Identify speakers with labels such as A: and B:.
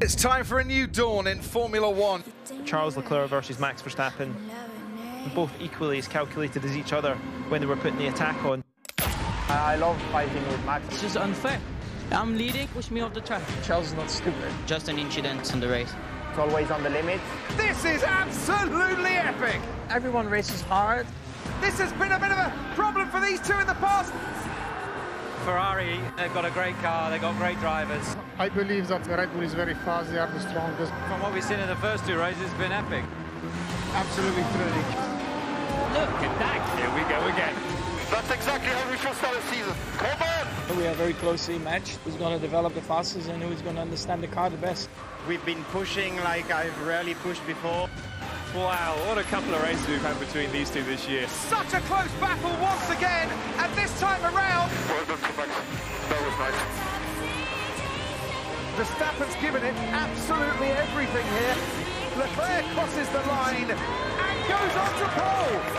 A: It's time for a new dawn in Formula One.
B: Charles Leclerc versus Max Verstappen, both equally as calculated as each other when they were putting the attack on.
C: I love fighting with Max.
D: This is unfair. I'm leading, push me off the track.
C: Charles is not stupid.
D: Just an incident in the race.
C: It's always on the limit.
A: This is absolutely epic.
C: Everyone races hard.
A: This has been a bit of a problem for these two in the past.
E: Ferrari, they've got a great car, they've got great drivers.
F: I believe that Red Bull is very fast, they are the strongest.
E: From what we've seen in the first two races, it's been epic.
F: Absolutely thrilling.
D: Look at that.
E: Here we go again.
G: That's exactly how we should start a season. Come on!
H: We are very closely matched. Who's going to develop the fastest and who's going to understand the car the best?
I: We've been pushing like I've rarely pushed before.
J: Wow, what a couple of races we've had between these two this year.
A: Such a close battle once again, and this time around.
G: Well done, Max. That was nice.
A: Verstappen's given it absolutely everything here. Leclerc crosses the line and goes on to pole.